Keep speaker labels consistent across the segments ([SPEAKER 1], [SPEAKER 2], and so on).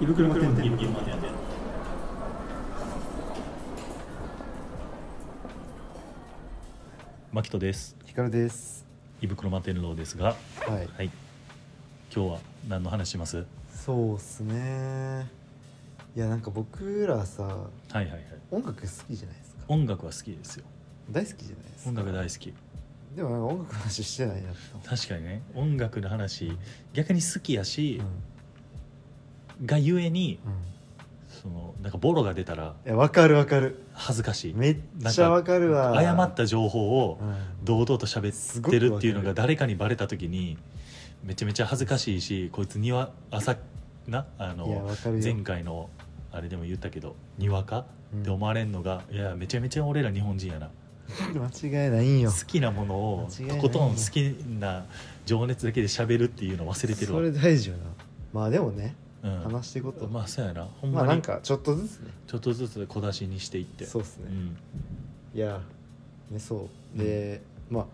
[SPEAKER 1] 胃袋が点々
[SPEAKER 2] マキトです。
[SPEAKER 3] ヒカルです。
[SPEAKER 2] 胃袋マテンローですが、
[SPEAKER 3] はい。
[SPEAKER 2] はい。今日は何の話します？
[SPEAKER 3] そうっすね。いやなんか僕らさ、
[SPEAKER 2] はいはいはい。
[SPEAKER 3] 音楽好きじゃないですか。
[SPEAKER 2] 音楽は好きですよ。
[SPEAKER 3] 大好きじゃないですか。
[SPEAKER 2] 音楽大好き。
[SPEAKER 3] でもなんか音楽の話してないなと思って。
[SPEAKER 2] 確かにね、音楽の話逆に好きやし
[SPEAKER 3] うん、
[SPEAKER 2] がゆえに
[SPEAKER 3] うん。
[SPEAKER 2] そのなんかボロが出たら
[SPEAKER 3] いやわかるわかる。
[SPEAKER 2] 恥ずかしい。
[SPEAKER 3] めっちゃわかるわ。
[SPEAKER 2] 誤った情報を
[SPEAKER 3] うん。
[SPEAKER 2] 堂々と喋ってるっていうのが誰かにバレた時にめちゃめちゃ恥ずかしいし、こいつには浅なあ
[SPEAKER 3] いや
[SPEAKER 2] の
[SPEAKER 3] わかるよ。
[SPEAKER 2] 前回のあれでも言ったけどにわかって思われんのが、いやめちゃめちゃ俺ら日本人やな
[SPEAKER 3] 間違いないんよ。
[SPEAKER 2] 好きなものを
[SPEAKER 3] 間違い
[SPEAKER 2] と
[SPEAKER 3] ないね
[SPEAKER 2] ことん好きな情熱だけで喋るっていうの忘れてるわ
[SPEAKER 3] それ大事よな。まあでもね、
[SPEAKER 2] うん、
[SPEAKER 3] 話していこうと。ま
[SPEAKER 2] まあそうやなほ
[SPEAKER 3] あ、
[SPEAKER 2] んま
[SPEAKER 3] なん
[SPEAKER 2] に
[SPEAKER 3] かちょっとずつね。
[SPEAKER 2] ちょっとずつ小出しにしていって
[SPEAKER 3] そうっす
[SPEAKER 2] う
[SPEAKER 3] ね。
[SPEAKER 2] ん
[SPEAKER 3] いや、ねそう。で、まあ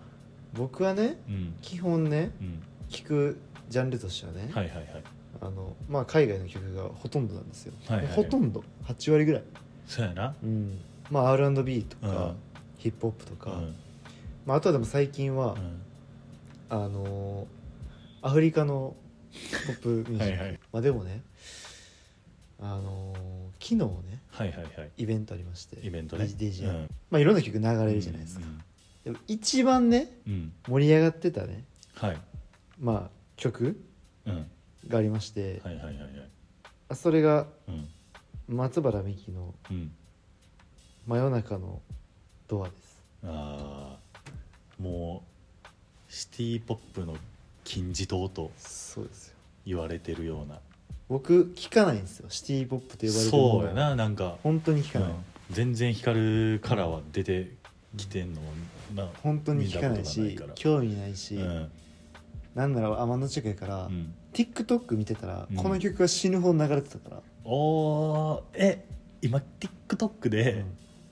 [SPEAKER 3] 僕はね、
[SPEAKER 2] うん
[SPEAKER 3] 基本ね。
[SPEAKER 2] うん
[SPEAKER 3] 聞くジャンルとしてはね、
[SPEAKER 2] はいはいはい
[SPEAKER 3] あのまあ、海外の曲がほとんどなんですよ、
[SPEAKER 2] はいはいはい
[SPEAKER 3] ほとんど8割ぐらい、
[SPEAKER 2] そうやな
[SPEAKER 3] うんまあ、R&B とか、
[SPEAKER 2] うん
[SPEAKER 3] ヒップホップとか、
[SPEAKER 2] うん
[SPEAKER 3] まあ、あとはでも最近は、あのーアフリカのポップ
[SPEAKER 2] うん
[SPEAKER 3] ミュージ
[SPEAKER 2] は
[SPEAKER 3] ッ
[SPEAKER 2] い
[SPEAKER 3] ク
[SPEAKER 2] はい
[SPEAKER 3] まあ、でもね、あのー昨日ね
[SPEAKER 2] はいはいはい
[SPEAKER 3] イベントありまして
[SPEAKER 2] イベントね
[SPEAKER 3] DJ、
[SPEAKER 2] うん
[SPEAKER 3] まあ、いろんな曲流れるじゃないですか、でも一番ね
[SPEAKER 2] うん、うん
[SPEAKER 3] 盛り上がってたね、
[SPEAKER 2] はい
[SPEAKER 3] まあ、曲
[SPEAKER 2] うん
[SPEAKER 3] がありまして、
[SPEAKER 2] はいはいはいはい
[SPEAKER 3] あそれが
[SPEAKER 2] うん
[SPEAKER 3] 松原美樹の「
[SPEAKER 2] うん
[SPEAKER 3] 真夜中のドアです
[SPEAKER 2] あーもうシティ・ポップの金字塔と
[SPEAKER 3] そうですよ
[SPEAKER 2] 言われてるような
[SPEAKER 3] 僕聞かないんですよシティ・ポップと呼ばれてるも
[SPEAKER 2] そう
[SPEAKER 3] の
[SPEAKER 2] や
[SPEAKER 3] が
[SPEAKER 2] ななんか、
[SPEAKER 3] 本当に聞かない、
[SPEAKER 2] うん全然光からは出てきてんのもな
[SPEAKER 3] 本当に聞かない
[SPEAKER 2] 見
[SPEAKER 3] し
[SPEAKER 2] こ
[SPEAKER 3] た
[SPEAKER 2] とないから
[SPEAKER 3] 興味ないし、
[SPEAKER 2] うん
[SPEAKER 3] なんなら天の近くやから、
[SPEAKER 2] うん
[SPEAKER 3] TikTok 見てたら、
[SPEAKER 2] うん
[SPEAKER 3] この曲が死ぬほど流れてたから、
[SPEAKER 2] おーえ今 TikTok
[SPEAKER 3] う
[SPEAKER 2] で
[SPEAKER 3] ん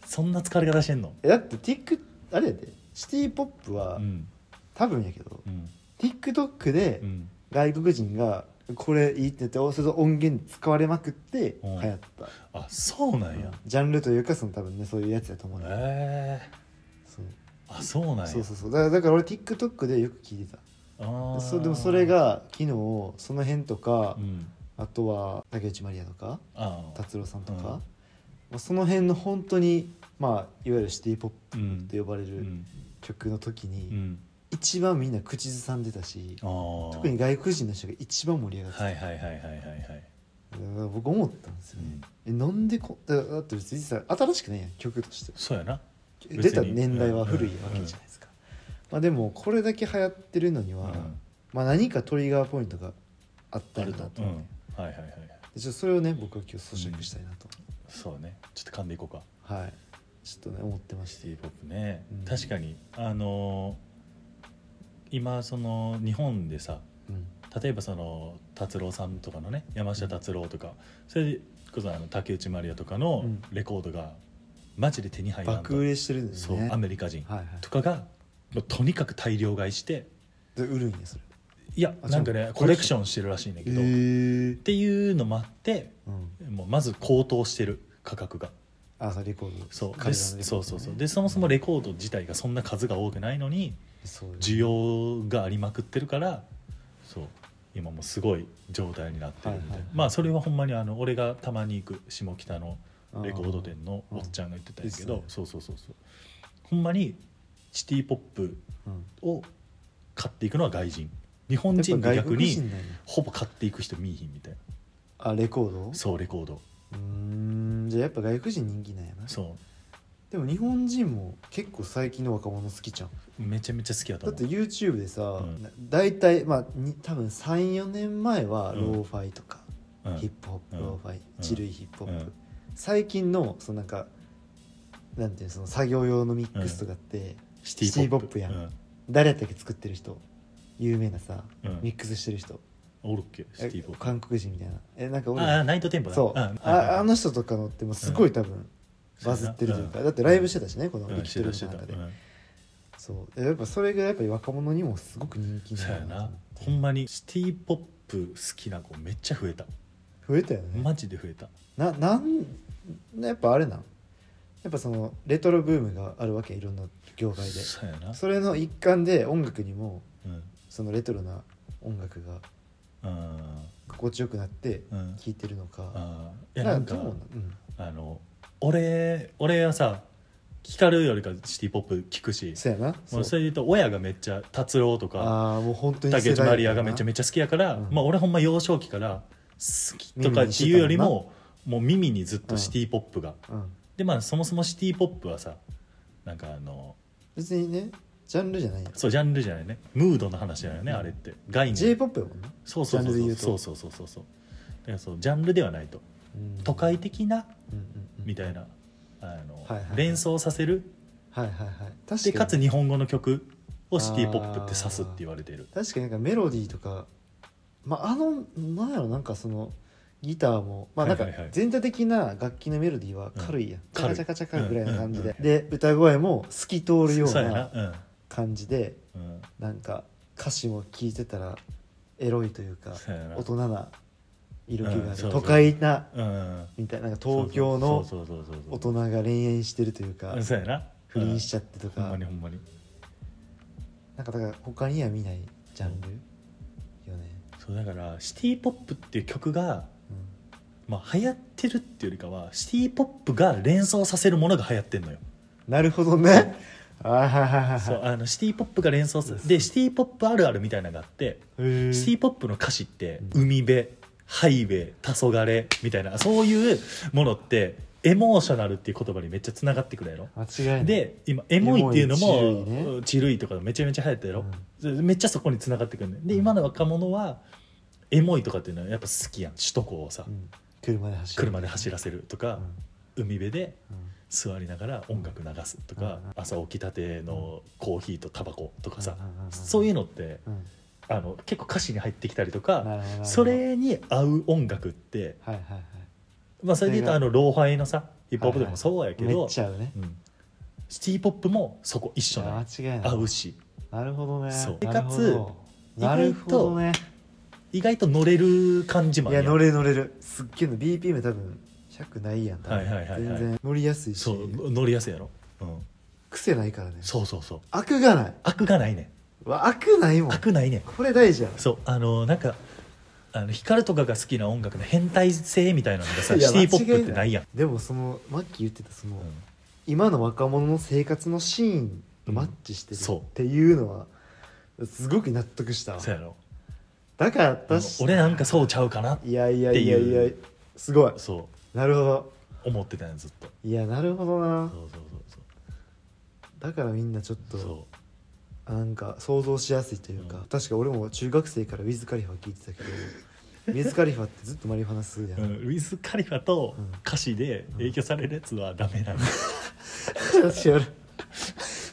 [SPEAKER 2] そんな疲れ方してんの
[SPEAKER 3] えだって Tik あれやでシティ・ポップは、
[SPEAKER 2] うん
[SPEAKER 3] 多分やけど
[SPEAKER 2] うん
[SPEAKER 3] TikTok で
[SPEAKER 2] うん
[SPEAKER 3] 外国人がこれいいって言ってそれと音源使われまくって
[SPEAKER 2] う
[SPEAKER 3] 流
[SPEAKER 2] ん
[SPEAKER 3] 行った、
[SPEAKER 2] あそうなんや、
[SPEAKER 3] ジャンルというかその多分ねそういうやつやと思うね、
[SPEAKER 2] え
[SPEAKER 3] そう
[SPEAKER 2] ー、あそうなんや
[SPEAKER 3] そうそうそうだからだから俺 TikTok でよく聞いて
[SPEAKER 2] あ
[SPEAKER 3] た
[SPEAKER 2] ー
[SPEAKER 3] そうでもそれが昨日その辺とか、
[SPEAKER 2] うん
[SPEAKER 3] あとは竹内まりやとか
[SPEAKER 2] あー
[SPEAKER 3] 達郎さんとか、
[SPEAKER 2] うん
[SPEAKER 3] まあその辺の本当にまあいわゆるシティ・ポッ
[SPEAKER 2] う
[SPEAKER 3] プ
[SPEAKER 2] ん
[SPEAKER 3] と呼ばれ
[SPEAKER 2] う
[SPEAKER 3] る
[SPEAKER 2] ん
[SPEAKER 3] 曲の時に、
[SPEAKER 2] うん
[SPEAKER 3] 一番みんな口ずさんでたし
[SPEAKER 2] あー
[SPEAKER 3] 特に外国人の人が一番盛り上がってた、
[SPEAKER 2] はいはいはいはいはいはい、
[SPEAKER 3] だから僕思ったんですよね、えなんでこだだって別にさ新しくないやん曲として
[SPEAKER 2] そうやな別に
[SPEAKER 3] 出た年代は古いわけじゃないですか、まあ、でもこれだけ流行ってるのには、
[SPEAKER 2] うん
[SPEAKER 3] まあ、何かトリガーポイントがあった
[SPEAKER 2] あ
[SPEAKER 3] ん
[SPEAKER 2] る
[SPEAKER 3] だ
[SPEAKER 2] と
[SPEAKER 3] なと
[SPEAKER 2] うん
[SPEAKER 3] 思っ
[SPEAKER 2] は
[SPEAKER 3] て、
[SPEAKER 2] いはいはい
[SPEAKER 3] でちょっとそれをね僕は今日咀嚼したいなと、
[SPEAKER 2] そうねちょっと噛んでいこうか
[SPEAKER 3] はいちょっとね思ってまし
[SPEAKER 2] シ
[SPEAKER 3] て
[SPEAKER 2] ティ・ポップね、
[SPEAKER 3] うん
[SPEAKER 2] 確かにあのー今その日本でさ
[SPEAKER 3] うん
[SPEAKER 2] 例えばその達郎さんとかのね山下達郎とかそれこそあの竹内まりやとかの
[SPEAKER 3] うん
[SPEAKER 2] レコードがマジで手に入らんと、
[SPEAKER 3] 爆売れしてるんだ
[SPEAKER 2] そ
[SPEAKER 3] よ
[SPEAKER 2] う
[SPEAKER 3] ね
[SPEAKER 2] アメリカ人
[SPEAKER 3] はいはい
[SPEAKER 2] とかがもうとにかく大量買いして
[SPEAKER 3] で売るんやそれ
[SPEAKER 2] いや
[SPEAKER 3] あ
[SPEAKER 2] なんかね
[SPEAKER 3] そう
[SPEAKER 2] コレクションしてるらしいんだ
[SPEAKER 3] え
[SPEAKER 2] けど、っ
[SPEAKER 3] ー
[SPEAKER 2] ていうのもあって
[SPEAKER 3] うん、
[SPEAKER 2] もうまず高騰してる価格が
[SPEAKER 3] あそうレコード
[SPEAKER 2] そうで
[SPEAKER 3] 彼らのレ
[SPEAKER 2] す
[SPEAKER 3] コードね
[SPEAKER 2] そうそうそうでそもそもレコード自体がそんな数が多くないのに
[SPEAKER 3] そうよ
[SPEAKER 2] 需要がありまくってるからそう今もうすごい状態になってるみたいな、
[SPEAKER 3] はいはいはい
[SPEAKER 2] まあそれはほんまにあの俺がたまに行く下北のレコード
[SPEAKER 3] あ
[SPEAKER 2] 店のおっちゃんが言ってたんやけど、
[SPEAKER 3] うんです
[SPEAKER 2] そうそうそうそうほんまにシティ・ポップ
[SPEAKER 3] ーうん
[SPEAKER 2] を買っていくのは外人日本
[SPEAKER 3] や
[SPEAKER 2] 人
[SPEAKER 3] っぱ
[SPEAKER 2] で
[SPEAKER 3] 外
[SPEAKER 2] 逆
[SPEAKER 3] 国
[SPEAKER 2] に
[SPEAKER 3] 人なんや
[SPEAKER 2] ほぼ買っていく人見いひんみたい
[SPEAKER 3] あレコード
[SPEAKER 2] なそうレコード
[SPEAKER 3] うーんじゃあやっぱ外国人人気なんやな
[SPEAKER 2] そ
[SPEAKER 3] でも日本人も結構最近の若者好きじゃん
[SPEAKER 2] うめちゃめちゃ好きやと
[SPEAKER 3] だ
[SPEAKER 2] 思
[SPEAKER 3] っ
[SPEAKER 2] う
[SPEAKER 3] て YouTube でさ、
[SPEAKER 2] うん
[SPEAKER 3] な大体まあに多分34年前はローファイとか、
[SPEAKER 2] うん
[SPEAKER 3] ヒップホップ、
[SPEAKER 2] うん
[SPEAKER 3] ローファイ
[SPEAKER 2] ん
[SPEAKER 3] チルイヒップホップ、
[SPEAKER 2] うん
[SPEAKER 3] 最近のそのなんかなんていうのその作業用のミックスとかって、
[SPEAKER 2] シ
[SPEAKER 3] シティポップやん
[SPEAKER 2] うん
[SPEAKER 3] 誰やったっけ作ってる人有名なさ、
[SPEAKER 2] うん
[SPEAKER 3] ミックスしてる人
[SPEAKER 2] おるっけシティ・ポッ
[SPEAKER 3] え
[SPEAKER 2] プ
[SPEAKER 3] 韓国人みたいなえなんか俺
[SPEAKER 2] ああナイトテンポだ
[SPEAKER 3] そう、
[SPEAKER 2] んはいはいはい
[SPEAKER 3] ああの人とかのってもうすごい多分、バズってるというか、だってライブしてたしねこの
[SPEAKER 2] う
[SPEAKER 3] 生
[SPEAKER 2] ん
[SPEAKER 3] き
[SPEAKER 2] して
[SPEAKER 3] る
[SPEAKER 2] て
[SPEAKER 3] の
[SPEAKER 2] たしてた
[SPEAKER 3] 中で、
[SPEAKER 2] うん
[SPEAKER 3] そうやっぱそれがやっぱり若者にもすごく人気
[SPEAKER 2] そうや
[SPEAKER 3] んだ
[SPEAKER 2] な
[SPEAKER 3] と思って
[SPEAKER 2] ほんまにシティ・ポップ好きな子めっちゃ増えた
[SPEAKER 3] 増えたよね
[SPEAKER 2] マジで増えた
[SPEAKER 3] ななんやっぱあれなんやっぱそのレトロブームがあるわけいろんな業界で
[SPEAKER 2] そうやな
[SPEAKER 3] それの一環で音楽にも
[SPEAKER 2] うん
[SPEAKER 3] そのレトロな音楽が
[SPEAKER 2] うん
[SPEAKER 3] 心地よくなって
[SPEAKER 2] うん
[SPEAKER 3] 聴いてるのか、
[SPEAKER 2] あーい
[SPEAKER 3] な
[SPEAKER 2] やな
[SPEAKER 3] ん、な
[SPEAKER 2] ん
[SPEAKER 3] ん
[SPEAKER 2] か
[SPEAKER 3] かどうなん
[SPEAKER 2] あの俺俺はさ聞かれるよりかシティ・ポップ聞くし
[SPEAKER 3] うんそうやな
[SPEAKER 2] も
[SPEAKER 3] そう
[SPEAKER 2] うそれで言うと親がめっちゃ達郎とか
[SPEAKER 3] ああもう本当に
[SPEAKER 2] 竹内まりやがめちゃ
[SPEAKER 3] ち
[SPEAKER 2] めちゃ好きやから、
[SPEAKER 3] うん
[SPEAKER 2] まあ俺ほんま幼少期から好きとかっていうよりももう耳にずっとシティ・ポップが、
[SPEAKER 3] ゃ、うん、
[SPEAKER 2] でまあそもそもシティ・ポップはさなんかあの
[SPEAKER 3] 別にねジャンルじゃないやん
[SPEAKER 2] そうジャンルじゃないねムードの話だよね、
[SPEAKER 3] うん
[SPEAKER 2] あれって概
[SPEAKER 3] j
[SPEAKER 2] 念
[SPEAKER 3] p o p やもんな、
[SPEAKER 2] そうそう
[SPEAKER 3] ジャ
[SPEAKER 2] そう
[SPEAKER 3] ンルで言うと
[SPEAKER 2] そうそうそうそうそうだからそうジャンルではないと
[SPEAKER 3] うん
[SPEAKER 2] 都会的な
[SPEAKER 3] うんうんうん
[SPEAKER 2] みたいなあの、
[SPEAKER 3] はいはいはい
[SPEAKER 2] 連想させる
[SPEAKER 3] はいはいはい確かに
[SPEAKER 2] でかつ日本語の曲をシティ・ポップって指すって言われてる
[SPEAKER 3] 確かになんかメロディーとか、まあ、あのなんやろなんかそのギターも、まあ、なんか
[SPEAKER 2] はいはいはい
[SPEAKER 3] 全体的な楽器のメロディーは軽いやん、チャ
[SPEAKER 2] 軽
[SPEAKER 3] カ
[SPEAKER 2] い
[SPEAKER 3] チャカチャカぐらいな感じで、
[SPEAKER 2] うんうん
[SPEAKER 3] で歌声も透き通るよう
[SPEAKER 2] そうや
[SPEAKER 3] な
[SPEAKER 2] な
[SPEAKER 3] 感じで
[SPEAKER 2] うん、うん、
[SPEAKER 3] なんか歌詞も聴いてたらエロいというか
[SPEAKER 2] そうやな
[SPEAKER 3] 大人な色気がある、
[SPEAKER 2] うんそうそう
[SPEAKER 3] 都会な
[SPEAKER 2] うん
[SPEAKER 3] みたいななんか東京の
[SPEAKER 2] そうそうそうそうそう
[SPEAKER 3] 大人が恋愛してるというか
[SPEAKER 2] そうやな
[SPEAKER 3] 不倫しち
[SPEAKER 2] ゃ
[SPEAKER 3] ゃってと
[SPEAKER 2] ほん
[SPEAKER 3] か、
[SPEAKER 2] まにほんまに
[SPEAKER 3] なんかだから他には見ないジャンルよね、
[SPEAKER 2] そうだからシティ・ポップっていう曲が、
[SPEAKER 3] うん
[SPEAKER 2] まあ、流行ってるっていうよりかはシティ・ポップが連想させるものが流行ってんのよ
[SPEAKER 3] なるほどね。あはいはいはい
[SPEAKER 2] そう
[SPEAKER 3] は
[SPEAKER 2] あのシティ・ポップが連想するでシティ・ポップあるあるみたいなのがあって
[SPEAKER 3] い。へー
[SPEAKER 2] シティ・ポップの歌詞って
[SPEAKER 3] うん
[SPEAKER 2] 海辺ハイウェイ黄昏みたいなそういうものってエモーショナルっていう言葉にめっちゃつながってくるやろ
[SPEAKER 3] 間違いない。
[SPEAKER 2] で今エモいっていうの
[SPEAKER 3] エモい地類
[SPEAKER 2] も地類とかめちゃめちゃ流行ったやろ、めっちゃそこに繋がってくるねで
[SPEAKER 3] うん
[SPEAKER 2] 今の若者はエモいとかっていうのはやっぱ好きやん首都高をさ、
[SPEAKER 3] うん車で走る。
[SPEAKER 2] 車で走らせるとか、海辺で
[SPEAKER 3] うん
[SPEAKER 2] 座りながら音楽流すとか、
[SPEAKER 3] うん
[SPEAKER 2] 朝起きたてのコーヒーとタバコとかさ、
[SPEAKER 3] うん
[SPEAKER 2] そういうのって
[SPEAKER 3] うんうん
[SPEAKER 2] あの結構歌詞に入ってきたりと
[SPEAKER 3] なるほど
[SPEAKER 2] か、
[SPEAKER 3] なるほど
[SPEAKER 2] それに合う音楽って、
[SPEAKER 3] はいはいはい。
[SPEAKER 2] まあ、それで言うとあのローファイのさヒップホップでもそうやけど、
[SPEAKER 3] めっちゃ合うね。
[SPEAKER 2] うんシティ・ポップもそこ一緒なの
[SPEAKER 3] 間違いない。
[SPEAKER 2] 合うし
[SPEAKER 3] なるほどね。
[SPEAKER 2] そう
[SPEAKER 3] なるほどなるほどね。
[SPEAKER 2] 意外と乗れる感じも
[SPEAKER 3] い
[SPEAKER 2] あ
[SPEAKER 3] や
[SPEAKER 2] るやん
[SPEAKER 3] 乗れる乗れる。すっげえの BPM 多分100ないやん。多分
[SPEAKER 2] はいはいはいは
[SPEAKER 3] 全
[SPEAKER 2] い
[SPEAKER 3] 然乗りやすいし
[SPEAKER 2] そ、う乗りやすいやろ、うん、
[SPEAKER 3] 癖ないからね。
[SPEAKER 2] そうそうそう
[SPEAKER 3] 悪がない。
[SPEAKER 2] 悪がないね
[SPEAKER 3] うわ悪ないもん。
[SPEAKER 2] 悪ないね
[SPEAKER 3] これ大事やん。
[SPEAKER 2] そうあのなんかあの光とかが好きな音楽の変態性みたいなのがさ
[SPEAKER 3] いや
[SPEAKER 2] シティ・ポッ
[SPEAKER 3] 間違
[SPEAKER 2] プってないやん、
[SPEAKER 3] でもそのマッキー言ってたその、
[SPEAKER 2] うん
[SPEAKER 3] 今の若者の生活のシーンとマッチしてる
[SPEAKER 2] うんそう
[SPEAKER 3] っていうのは、すごく納得したわ
[SPEAKER 2] そうやろ
[SPEAKER 3] だから
[SPEAKER 2] あの
[SPEAKER 3] 私
[SPEAKER 2] 俺なんかそうちゃうかない
[SPEAKER 3] やいやいやいや
[SPEAKER 2] ってい
[SPEAKER 3] すごい
[SPEAKER 2] そ
[SPEAKER 3] なるほど
[SPEAKER 2] う思ってたんやずっと
[SPEAKER 3] いやなるほどな
[SPEAKER 2] そうそう
[SPEAKER 3] だからみんなちょっ
[SPEAKER 2] そうそう
[SPEAKER 3] と
[SPEAKER 2] そ
[SPEAKER 3] なんか想像しやすいというか、
[SPEAKER 2] うん
[SPEAKER 3] 確か俺も中学生からウィズ・カリファ聞い てたけどウィズ・カリファってずっとマリファナ吸うやん、
[SPEAKER 2] う、うん、ウィズ・カリファと
[SPEAKER 3] うん
[SPEAKER 2] 歌詞で影響されるやつはダメなの、
[SPEAKER 3] 私やる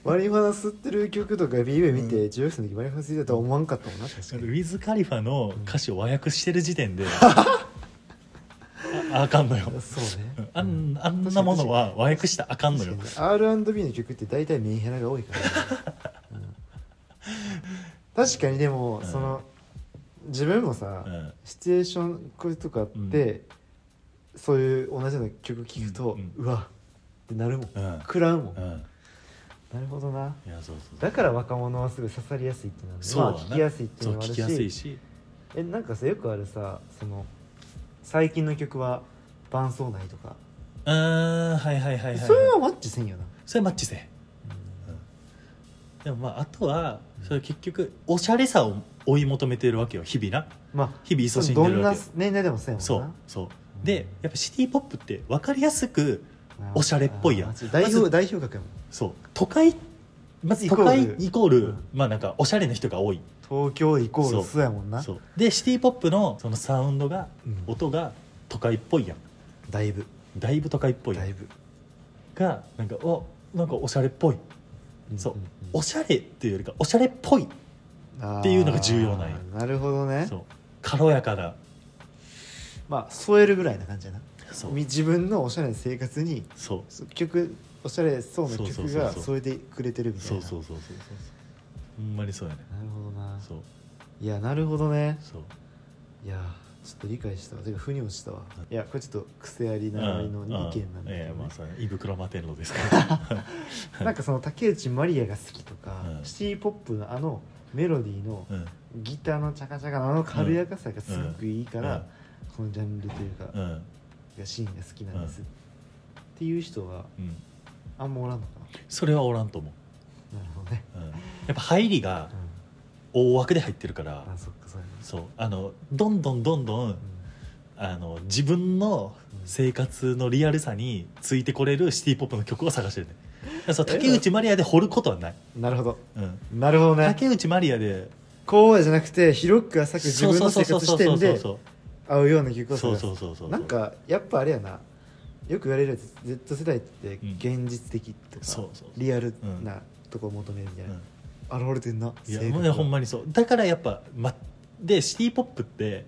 [SPEAKER 3] マリファナ吸ってる曲とか BB 見て、中学生の時マリファナ吸ってたとは思わんかったもんな確か
[SPEAKER 2] ウ
[SPEAKER 3] に
[SPEAKER 2] ィズ・カリファの歌詞を和訳してる時点 で、ああかんのよ
[SPEAKER 3] そうね
[SPEAKER 2] あんあんなものは和訳したらあかんのよ
[SPEAKER 3] R&B の曲って大体メンヘラが多いから、うん確かにでも、
[SPEAKER 2] うん
[SPEAKER 3] その自分もさ、
[SPEAKER 2] うん
[SPEAKER 3] シチュエーションこれとかって、そういう同じような曲聴くと、う
[SPEAKER 2] うん
[SPEAKER 3] わってなるもん、
[SPEAKER 2] うん
[SPEAKER 3] 食らうも
[SPEAKER 2] う
[SPEAKER 3] ん、
[SPEAKER 2] ん
[SPEAKER 3] なるほどない
[SPEAKER 2] やそうそう
[SPEAKER 3] だから若者はすぐ刺さりやすいってなる
[SPEAKER 2] そうだ
[SPEAKER 3] ま
[SPEAKER 2] な
[SPEAKER 3] あ聞きやすいっていう
[SPEAKER 2] そう
[SPEAKER 3] のもあ
[SPEAKER 2] 聞
[SPEAKER 3] る
[SPEAKER 2] き
[SPEAKER 3] し
[SPEAKER 2] やすいし
[SPEAKER 3] えなんかさよくあるさその最近の曲は伴奏ないとか、
[SPEAKER 2] うーんはいはいはいはい
[SPEAKER 3] それはマッチせんよな、
[SPEAKER 2] それマッチせんでもまああとはそれ結局おしゃれさを追い求めてるわけよ日々な
[SPEAKER 3] まあ
[SPEAKER 2] 日々勤しん
[SPEAKER 3] ど
[SPEAKER 2] でる
[SPEAKER 3] ん
[SPEAKER 2] わ
[SPEAKER 3] な
[SPEAKER 2] けよ
[SPEAKER 3] 年代でもそうやもんな
[SPEAKER 2] そうそう
[SPEAKER 3] う
[SPEAKER 2] で
[SPEAKER 3] ん
[SPEAKER 2] やっぱシティ・ポップって分かりやすく
[SPEAKER 3] あー
[SPEAKER 2] おしゃれっぽいやん
[SPEAKER 3] あー代
[SPEAKER 2] ま
[SPEAKER 3] 表
[SPEAKER 2] ず
[SPEAKER 3] 代表格やもん
[SPEAKER 2] そう都会まず
[SPEAKER 3] イ
[SPEAKER 2] 都
[SPEAKER 3] コー
[SPEAKER 2] 会
[SPEAKER 3] ル
[SPEAKER 2] イコール
[SPEAKER 3] うん
[SPEAKER 2] まあなんかおしゃれな人が多い
[SPEAKER 3] 東京イコー
[SPEAKER 2] そう
[SPEAKER 3] ルそうやもんな
[SPEAKER 2] そうでシティ・ポップのそのサウンドが
[SPEAKER 3] うん
[SPEAKER 2] 音が都会っぽいやん
[SPEAKER 3] だいぶ
[SPEAKER 2] だいぶ都会っぽいや
[SPEAKER 3] だい
[SPEAKER 2] ん
[SPEAKER 3] ぶ
[SPEAKER 2] がなんかおなんかおしゃれっぽいそうお
[SPEAKER 3] っ
[SPEAKER 2] しゃれっていうよりかおしゃれっぽいっていうのが重要なんや
[SPEAKER 3] なるほどね
[SPEAKER 2] そう軽やかな
[SPEAKER 3] まあ添えるぐらいな感じやな
[SPEAKER 2] そう
[SPEAKER 3] み自分のおしゃれな生活に
[SPEAKER 2] そう
[SPEAKER 3] そう曲おしゃれそうな
[SPEAKER 2] そうそう
[SPEAKER 3] 曲
[SPEAKER 2] そう
[SPEAKER 3] が
[SPEAKER 2] そう
[SPEAKER 3] 添えてくれてるみたい
[SPEAKER 2] そ
[SPEAKER 3] な
[SPEAKER 2] うそうそうそうそうそうほんまにそうやね
[SPEAKER 3] なるほどな
[SPEAKER 2] そう
[SPEAKER 3] いやなるほどね
[SPEAKER 2] そう
[SPEAKER 3] いやちょっと理解したわてか腑に落ちたわいやこれちょっと癖ありながらの意見なんだけ
[SPEAKER 2] ええ
[SPEAKER 3] ど、
[SPEAKER 2] ま
[SPEAKER 3] ね
[SPEAKER 2] あそれ胃袋摩天楼です から
[SPEAKER 3] なんかその竹内まりやが好きとか、
[SPEAKER 2] うん
[SPEAKER 3] シティ・ポップのあのメロディーの
[SPEAKER 2] うん
[SPEAKER 3] ギターのチャカチャカのあの軽やかさがすごくいいから、
[SPEAKER 2] うん
[SPEAKER 3] このジャンルというか、
[SPEAKER 2] うん
[SPEAKER 3] がシーンが好きなんです、
[SPEAKER 2] うん
[SPEAKER 3] っていう人は
[SPEAKER 2] うん
[SPEAKER 3] あんまおらんのか
[SPEAKER 2] それはおらんと思
[SPEAKER 3] ななるほどね、
[SPEAKER 2] う、うん、やっぱ入りが
[SPEAKER 3] う
[SPEAKER 2] 大枠で入ってるか
[SPEAKER 3] ん、あ
[SPEAKER 2] ら
[SPEAKER 3] そっかそうやな、
[SPEAKER 2] そうあのどんどんどんどんあの自分の生活のリアルさについてこれるシティ・ポップの曲を探してるねだ からそう
[SPEAKER 3] え
[SPEAKER 2] 竹内まりやで掘ることはない、
[SPEAKER 3] うん、なるほど
[SPEAKER 2] うん、
[SPEAKER 3] なるほどね
[SPEAKER 2] 竹内まりやで
[SPEAKER 3] こうじゃなくて広く浅く自
[SPEAKER 2] そう
[SPEAKER 3] 分
[SPEAKER 2] そ
[SPEAKER 3] の
[SPEAKER 2] うそ
[SPEAKER 3] 生
[SPEAKER 2] うそう
[SPEAKER 3] 活
[SPEAKER 2] そ
[SPEAKER 3] 視
[SPEAKER 2] うそ
[SPEAKER 3] 点
[SPEAKER 2] うそう
[SPEAKER 3] で
[SPEAKER 2] そう
[SPEAKER 3] 合うような曲を
[SPEAKER 2] そ
[SPEAKER 3] 探
[SPEAKER 2] う
[SPEAKER 3] す
[SPEAKER 2] そうそうそう
[SPEAKER 3] なんかやっぱあれやなよく言われるやつ Z 世代って
[SPEAKER 2] うん
[SPEAKER 3] 現実的とか、
[SPEAKER 2] そうそう
[SPEAKER 3] リアルなとこを求めるみたいな、現れてんな
[SPEAKER 2] うん、いや
[SPEAKER 3] 性格
[SPEAKER 2] もうねほん
[SPEAKER 3] が
[SPEAKER 2] まにそうだからやっぱ、ま、でシティ・ポップって、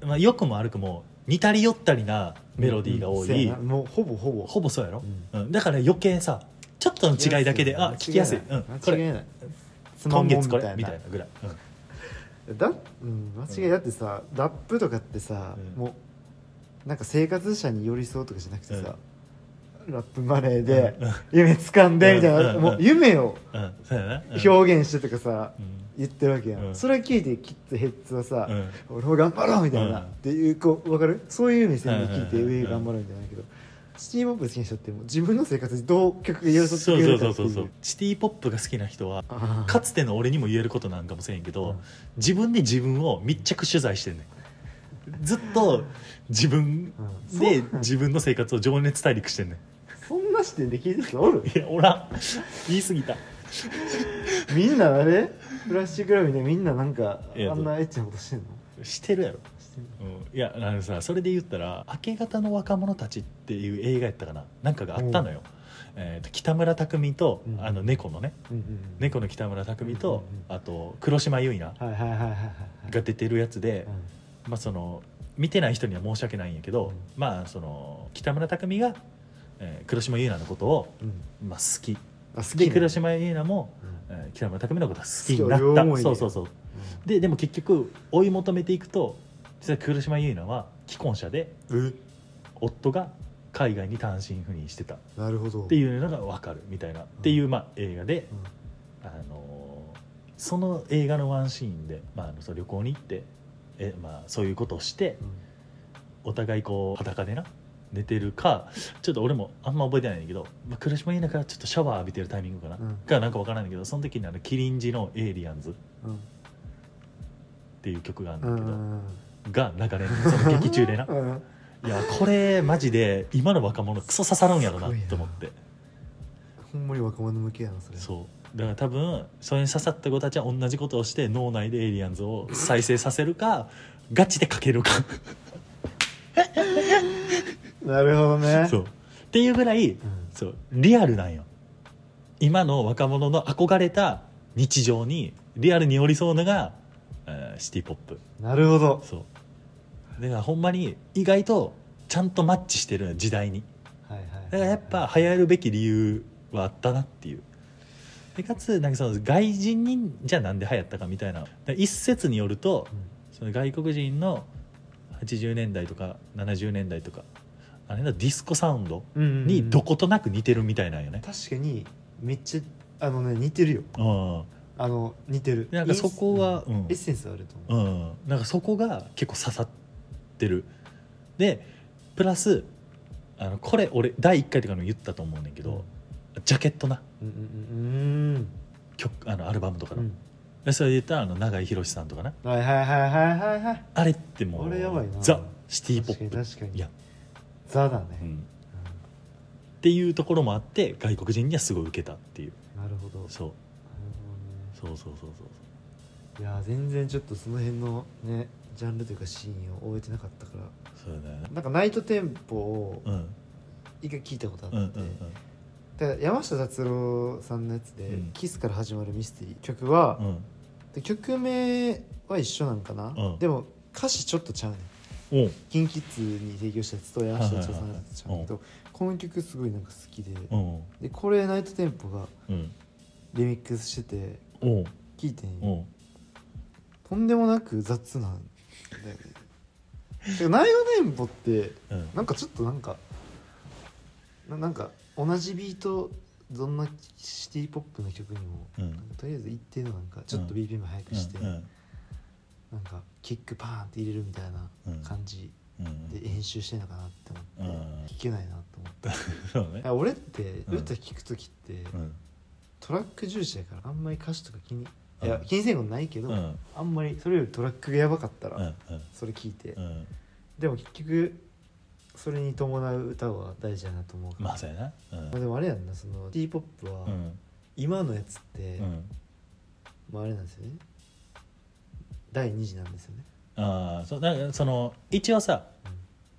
[SPEAKER 2] まあ、良くも悪くも似たり寄ったりなメロディーが多
[SPEAKER 3] うんそう
[SPEAKER 2] い、
[SPEAKER 3] やなもうほぼほぼ
[SPEAKER 2] ほぼそうやろ、
[SPEAKER 3] う
[SPEAKER 2] うんだから余計さちょっとの違いだけであ聞きやすい、
[SPEAKER 3] 間
[SPEAKER 2] うん、こ
[SPEAKER 3] 違い
[SPEAKER 2] れ
[SPEAKER 3] ないつま
[SPEAKER 2] 今
[SPEAKER 3] んもん
[SPEAKER 2] 月これ
[SPEAKER 3] みたい
[SPEAKER 2] みた
[SPEAKER 3] ない
[SPEAKER 2] なぐらい、うん
[SPEAKER 3] だうん間違いだってさラップとかってさ
[SPEAKER 2] うん
[SPEAKER 3] もうなんか生活者に寄り添うとかじゃなくてさラップマネーで
[SPEAKER 2] うん
[SPEAKER 3] 夢掴んでみたいな
[SPEAKER 2] うん
[SPEAKER 3] もう夢を
[SPEAKER 2] うんそうやな、うん
[SPEAKER 3] 表現してとかさ
[SPEAKER 2] うん
[SPEAKER 3] 言ってるわけや
[SPEAKER 2] うんん
[SPEAKER 3] それ聞いてキッズヘッズはさ
[SPEAKER 2] うん
[SPEAKER 3] 俺も頑張ろうみたいな
[SPEAKER 2] うん
[SPEAKER 3] っていうこう分かるそういう目線で聞いて
[SPEAKER 2] うん
[SPEAKER 3] 上頑張ろうみたいなんだけどシティ・ポップ好きな人ってもう自分の生活にどう曲が寄り添って
[SPEAKER 2] そ
[SPEAKER 3] く
[SPEAKER 2] う
[SPEAKER 3] れ
[SPEAKER 2] そ
[SPEAKER 3] る
[SPEAKER 2] うそう
[SPEAKER 3] かって
[SPEAKER 2] そう
[SPEAKER 3] い
[SPEAKER 2] そう
[SPEAKER 3] う
[SPEAKER 2] シティ・ポップが好きな人は
[SPEAKER 3] あー
[SPEAKER 2] かつての俺にも言えることなんかもせえへんけど、
[SPEAKER 3] うん
[SPEAKER 2] 自分で自分を密着取材してんねんずっと自分
[SPEAKER 3] うん
[SPEAKER 2] で
[SPEAKER 3] そう
[SPEAKER 2] 自分の生活を情熱大陸してんね
[SPEAKER 3] そんな視点で聞いてる人 おる
[SPEAKER 2] んいやおらん言い過ぎた
[SPEAKER 3] みんなあれプラスチックラビでみんななんか
[SPEAKER 2] いや
[SPEAKER 3] あんなエッチなことしてんの
[SPEAKER 2] してるやろ、
[SPEAKER 3] してんの
[SPEAKER 2] うん、いやあのさそれで言ったら「明け方の若者たち」っていう映画やったかななんかがあったのよ、えー、と北村匠海と、
[SPEAKER 3] うん
[SPEAKER 2] あの猫のね
[SPEAKER 3] うんうんうん
[SPEAKER 2] 猫の北村匠海と、
[SPEAKER 3] うんうん
[SPEAKER 2] あと黒島結菜
[SPEAKER 3] はいはいはいはいはい
[SPEAKER 2] が出てるやつで、
[SPEAKER 3] うん
[SPEAKER 2] まあ、その見てない人には申し訳ないんやけど、
[SPEAKER 3] うん
[SPEAKER 2] まあその北村匠海が、えー黒島優奈のことを、
[SPEAKER 3] うん
[SPEAKER 2] まあ、好き
[SPEAKER 3] あ好き
[SPEAKER 2] で
[SPEAKER 3] なの
[SPEAKER 2] 黒島優奈も、
[SPEAKER 3] うん
[SPEAKER 2] えー北村匠海のことが好きになっ
[SPEAKER 3] 好きを両
[SPEAKER 2] た
[SPEAKER 3] 思いで
[SPEAKER 2] そうそうそうででも結局追い求めていくと実は黒島優奈は既婚者で
[SPEAKER 3] うんえ
[SPEAKER 2] 夫が海外に単身赴任してたっ
[SPEAKER 3] なるほど
[SPEAKER 2] ていうのが分かるみたいな、っていう、まあ、映画で、あのーその映画のワンシーンで、まあ、あのその旅行に行ってえ、まあ、そういうことをして。
[SPEAKER 3] うんうん
[SPEAKER 2] お互いこう裸でな寝てるかちょっと俺もあんま覚えてないんだけど、まあ、苦しみながらちょっとシャワー浴びてるタイミングかな、
[SPEAKER 3] うん
[SPEAKER 2] がなんかわからないんだけどその時にあのキリンジの「エイリアンズ」っ
[SPEAKER 3] うん
[SPEAKER 2] ていう曲がある
[SPEAKER 3] うん
[SPEAKER 2] だけど、
[SPEAKER 3] ん
[SPEAKER 2] が流れるその劇中で な
[SPEAKER 3] うん
[SPEAKER 2] いやこれマジで今の若者クソ刺さるんやろな
[SPEAKER 3] すごいな
[SPEAKER 2] と思って
[SPEAKER 3] ほんまに若者向けやなそれ
[SPEAKER 2] そうだから多分それに刺さった子たちは同じことをして脳内で「エイリアンズ」を再生させるかガチでかけるか
[SPEAKER 3] なるほど ね
[SPEAKER 2] そうっていうぐらい
[SPEAKER 3] うん
[SPEAKER 2] そうリアルなんよ今の若者の憧れた日常にリアルに寄り添うのが、えーシティ・ポップ
[SPEAKER 3] なるほど
[SPEAKER 2] そうだからほんまに意外とちゃんとマッチしてる時代に
[SPEAKER 3] はいはい
[SPEAKER 2] だからやっぱ流行るべき理由はあったなっていうでかつなんかその外人にじゃあなんで流行ったかみたいなだから一説によるとその外国人の80年代とか70年代とかあれのディスコサウンドにど
[SPEAKER 3] こ
[SPEAKER 2] ことなく似てるみたいなんよね、
[SPEAKER 3] 確かにめっちゃあのね似てるよ
[SPEAKER 2] うん
[SPEAKER 3] あの似てる
[SPEAKER 2] なんかそこは
[SPEAKER 3] うん
[SPEAKER 2] うん
[SPEAKER 3] エッセンスはあると思う
[SPEAKER 2] うん、なんかそこが結構刺さってるでプラスあのこれ俺第1回とかにも言ったと思うねんけど、ジャケットな
[SPEAKER 3] うんうんうん
[SPEAKER 2] 曲あのアルバムとか
[SPEAKER 3] う
[SPEAKER 2] の、
[SPEAKER 3] ん
[SPEAKER 2] でそれで言ったらあの永井宏さんとかな
[SPEAKER 3] はいはいはいはいはいはい
[SPEAKER 2] あれっても
[SPEAKER 3] あ
[SPEAKER 2] う
[SPEAKER 3] れやばいな
[SPEAKER 2] ザ・シティ・ポ
[SPEAKER 3] 確
[SPEAKER 2] ッ
[SPEAKER 3] かに
[SPEAKER 2] プ
[SPEAKER 3] 確かに
[SPEAKER 2] いや、
[SPEAKER 3] ザだね、
[SPEAKER 2] う
[SPEAKER 3] うん
[SPEAKER 2] ん、っていうところもあって外国人にはすごい受けたっていう
[SPEAKER 3] なるほどなるほどね
[SPEAKER 2] そうそうそうそうそう
[SPEAKER 3] いや全然ちょっとその辺のねジャンルというかシーンを終えてなかったから
[SPEAKER 2] そうだね
[SPEAKER 3] なんかナイトテンポを
[SPEAKER 2] うん
[SPEAKER 3] 一回聞いたことあって、
[SPEAKER 2] うんうん
[SPEAKER 3] だから山下達郎さんのやつで「
[SPEAKER 2] うん
[SPEAKER 3] キスから始まるミステリー」曲は、
[SPEAKER 2] うんうん
[SPEAKER 3] で曲名は一緒なんかな、
[SPEAKER 2] うん
[SPEAKER 3] でも歌詞ちょっとちゃうねん
[SPEAKER 2] おう
[SPEAKER 3] k i n k i に提供したやつと山下達郎さんのやつちゃうんだけどこの曲すごいなんか好きで
[SPEAKER 2] うん
[SPEAKER 3] でこれナイトテンポが
[SPEAKER 2] うん
[SPEAKER 3] リミックスしてて
[SPEAKER 2] おう
[SPEAKER 3] 聴いてんよ
[SPEAKER 2] おう
[SPEAKER 3] とんでもなく雑なんだよねてか内容店舗って
[SPEAKER 2] うん
[SPEAKER 3] なんかちょっとなんかななんか同じビートどんなシティポップの曲にも、
[SPEAKER 2] うん
[SPEAKER 3] なんかとりあえず一定のなんかちょっと
[SPEAKER 2] うん
[SPEAKER 3] BPM 早くして、
[SPEAKER 2] うんうん
[SPEAKER 3] なんかキックパーンって入れるみたいな感じ
[SPEAKER 2] うん
[SPEAKER 3] で編集してんのかなって思って、
[SPEAKER 2] うん
[SPEAKER 3] 聞けないなと思って
[SPEAKER 2] そうね
[SPEAKER 3] いや俺って
[SPEAKER 2] ん
[SPEAKER 3] 歌聞く時って、
[SPEAKER 2] うん
[SPEAKER 3] トラック重視やからあんまり歌詞とか気にいや
[SPEAKER 2] うん
[SPEAKER 3] 気にせんことないけど、
[SPEAKER 2] うん
[SPEAKER 3] あんまりそれよりトラックがやばかった
[SPEAKER 2] う
[SPEAKER 3] ら
[SPEAKER 2] んうん
[SPEAKER 3] それ聞いて、
[SPEAKER 2] うん
[SPEAKER 3] でも結局それに伴う歌は大事だなと思うから、
[SPEAKER 2] まあそうやなうん
[SPEAKER 3] まあでもあれやんなその t p o p は
[SPEAKER 2] うん
[SPEAKER 3] 今のやつって、
[SPEAKER 2] うん
[SPEAKER 3] まああれなんですよね第二次なんですよね
[SPEAKER 2] ああそうなんかその一応さ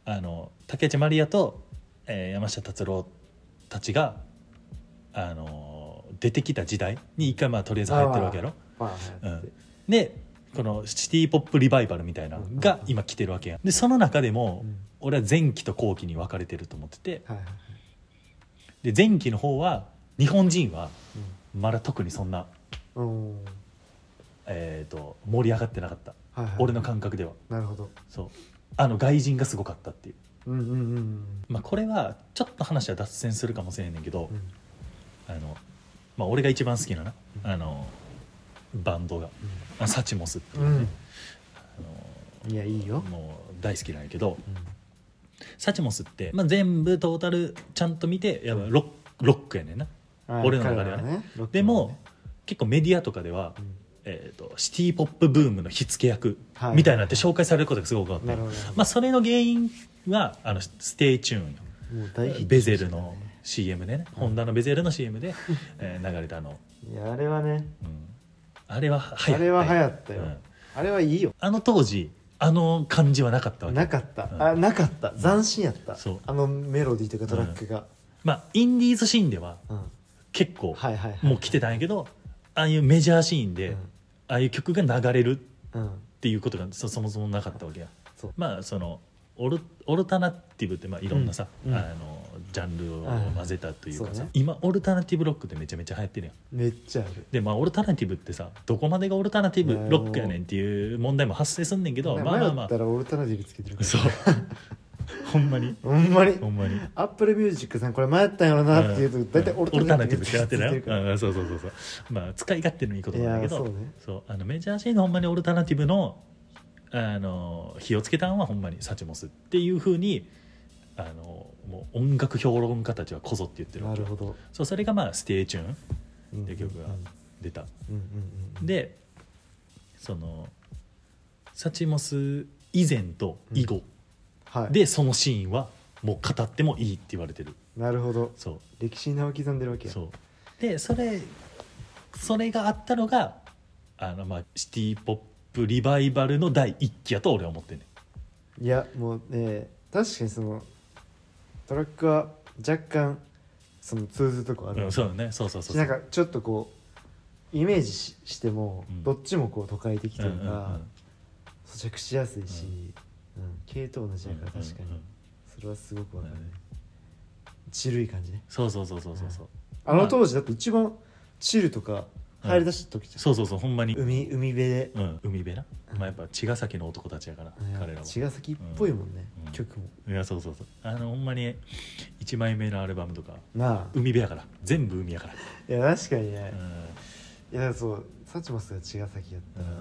[SPEAKER 3] うん
[SPEAKER 2] あの竹内まりやと、えー山下達郎たちがあのー出てきた時代に一回まあとりあえず流行ってるわけやろ
[SPEAKER 3] まあ、
[SPEAKER 2] う
[SPEAKER 3] 流行っ
[SPEAKER 2] ん
[SPEAKER 3] て
[SPEAKER 2] でこのシティ・ポップリバイバルみたいなのが
[SPEAKER 3] うん
[SPEAKER 2] 今来てるわけやんでその中でも
[SPEAKER 3] うん
[SPEAKER 2] 俺は前期と後期に分かれてると思ってて
[SPEAKER 3] はいはいはい、
[SPEAKER 2] で前期の方は日本人はまだ特にそんな、
[SPEAKER 3] うん、うん
[SPEAKER 2] えー、と盛り上がってなかった
[SPEAKER 3] はいはい、
[SPEAKER 2] 俺の感覚では
[SPEAKER 3] なるほど
[SPEAKER 2] そうあの外人がすごかったっていう、
[SPEAKER 3] うんうんうん
[SPEAKER 2] まあ、これはちょっと話は脱線するかもしれへんねんけど
[SPEAKER 3] う、ん
[SPEAKER 2] あのまあ、俺が一番好きなな
[SPEAKER 3] う
[SPEAKER 2] あのバンドがあサチモスっていううね
[SPEAKER 3] ん、
[SPEAKER 2] あ
[SPEAKER 3] うん、いやいいよ
[SPEAKER 2] の、もう大好きなんやけど
[SPEAKER 3] うん
[SPEAKER 2] サチモスって、まあ、全部トータルちゃんと見てやっぱロックロックやねんな
[SPEAKER 3] はい
[SPEAKER 2] 俺の中ではね
[SPEAKER 3] 彼らロック
[SPEAKER 2] で
[SPEAKER 3] マンは
[SPEAKER 2] も
[SPEAKER 3] ね
[SPEAKER 2] 結構メディアとかでは
[SPEAKER 3] う、ん
[SPEAKER 2] えー、とシティ・ポップブームの火付け役
[SPEAKER 3] はい
[SPEAKER 2] みたいなって紹介されることがすごく多かった
[SPEAKER 3] な
[SPEAKER 2] よ
[SPEAKER 3] るほど、
[SPEAKER 2] まあ、それの原因はあのステイチューンよ
[SPEAKER 3] もう大ヒット
[SPEAKER 2] ベゼルの
[SPEAKER 3] し
[SPEAKER 2] CM でね、ホンダのベゼルの CM で、えー流れたあの、
[SPEAKER 3] たねいやあれはね
[SPEAKER 2] うんあれは流行った
[SPEAKER 3] あれは流行ったよ、
[SPEAKER 2] うん
[SPEAKER 3] あれはいいよ
[SPEAKER 2] あの当時あの感じはなかったわけ
[SPEAKER 3] なかった、
[SPEAKER 2] うん
[SPEAKER 3] あなかった斬新やった、
[SPEAKER 2] そう
[SPEAKER 3] あのメロディーというかトラックが、
[SPEAKER 2] まあインディーズシーンでは
[SPEAKER 3] うん
[SPEAKER 2] 結構
[SPEAKER 3] はいはいはい
[SPEAKER 2] もう来てたんやけどああいうメジャーシーンで、
[SPEAKER 3] うん
[SPEAKER 2] ああいう曲が流れる
[SPEAKER 3] うん
[SPEAKER 2] っていうことがそそもそもなかったわけや
[SPEAKER 3] そう
[SPEAKER 2] まあそのオルオルタナティブってまあいろんなさ、
[SPEAKER 3] うんうん
[SPEAKER 2] あのジャンルを混ぜたというか
[SPEAKER 3] はい
[SPEAKER 2] さ、
[SPEAKER 3] そうね
[SPEAKER 2] 今オルタナティブロックってめちゃめちゃ流行ってるやん
[SPEAKER 3] めっちゃある
[SPEAKER 2] でまあオルタナティブってさどこまでがオルタナティ
[SPEAKER 3] ね
[SPEAKER 2] ブロックやねんっていう問題も発生すんねんけど
[SPEAKER 3] ね
[SPEAKER 2] まあまあま
[SPEAKER 3] 迷ったらオルタナティブつけてる
[SPEAKER 2] あ
[SPEAKER 3] から
[SPEAKER 2] そう ほんまに
[SPEAKER 3] ほんまに
[SPEAKER 2] ほんまに
[SPEAKER 3] アップルミュージックさんこれ迷ったんやろなっていうと大体
[SPEAKER 2] うん
[SPEAKER 3] オルタナティブ
[SPEAKER 2] オルタナティブってなって
[SPEAKER 3] か
[SPEAKER 2] な
[SPEAKER 3] ら
[SPEAKER 2] よ、うん、そうそうそうそうまあ使い勝手のいいことなんだけ
[SPEAKER 3] いや
[SPEAKER 2] ど
[SPEAKER 3] そうね
[SPEAKER 2] そうあのメジャーシーンのほんまにオルタナティブのあの火をつけたんはほんまにサチモスっていうふうにあのもう音楽評論家たちはこぞって言ってるわ
[SPEAKER 3] な
[SPEAKER 2] け
[SPEAKER 3] るほど
[SPEAKER 2] そうそれがまあ「ステイチューン」
[SPEAKER 3] うん
[SPEAKER 2] っていう曲が出た、
[SPEAKER 3] うんうんうん
[SPEAKER 2] でそのサチモス以前と以後
[SPEAKER 3] はい
[SPEAKER 2] でそのシーンはもう語ってもいいって言われてる
[SPEAKER 3] なるほど
[SPEAKER 2] そう
[SPEAKER 3] 歴史に名を刻んでるわけや
[SPEAKER 2] そうでそれそれがあったのがあの、まあ、シティ・ポップリバイバルの第一期やと俺は思ってんね
[SPEAKER 3] いやもうね確かにそのトラックは若干その通ずるとこあ
[SPEAKER 2] ん、
[SPEAKER 3] る、
[SPEAKER 2] うん、そうよねそうそうそうそ
[SPEAKER 3] な
[SPEAKER 2] うん
[SPEAKER 3] かちょっとこうイメージししても、
[SPEAKER 2] うん
[SPEAKER 3] どっちもこう都会的と
[SPEAKER 2] うん
[SPEAKER 3] いううんか、咀嚼しやすいし、うん系統同じ
[SPEAKER 2] う
[SPEAKER 3] や
[SPEAKER 2] ん
[SPEAKER 3] から確か
[SPEAKER 2] うんう
[SPEAKER 3] に
[SPEAKER 2] ん
[SPEAKER 3] それはすごくわかるね
[SPEAKER 2] うんうん
[SPEAKER 3] チルい感じね
[SPEAKER 2] そうそうそうそうそうそう
[SPEAKER 3] あの当時だって一番チルとか入り出した時じゃん、
[SPEAKER 2] そうそうそうほんまに、
[SPEAKER 3] 海海辺で、
[SPEAKER 2] うん、海辺な、
[SPEAKER 3] うん
[SPEAKER 2] まあ、やっぱ茅ヶ崎の男たちやから、
[SPEAKER 3] うん
[SPEAKER 2] 彼らは
[SPEAKER 3] 茅ヶ崎っぽいもんね、
[SPEAKER 2] うん
[SPEAKER 3] 曲も
[SPEAKER 2] いやそうそうそうあのほんまに1枚目のアルバムとか
[SPEAKER 3] なあ
[SPEAKER 2] 海辺やから全部海やから、
[SPEAKER 3] いや確かにね、
[SPEAKER 2] う
[SPEAKER 3] いやそうサチモスが茅ヶ崎やったら、
[SPEAKER 2] うん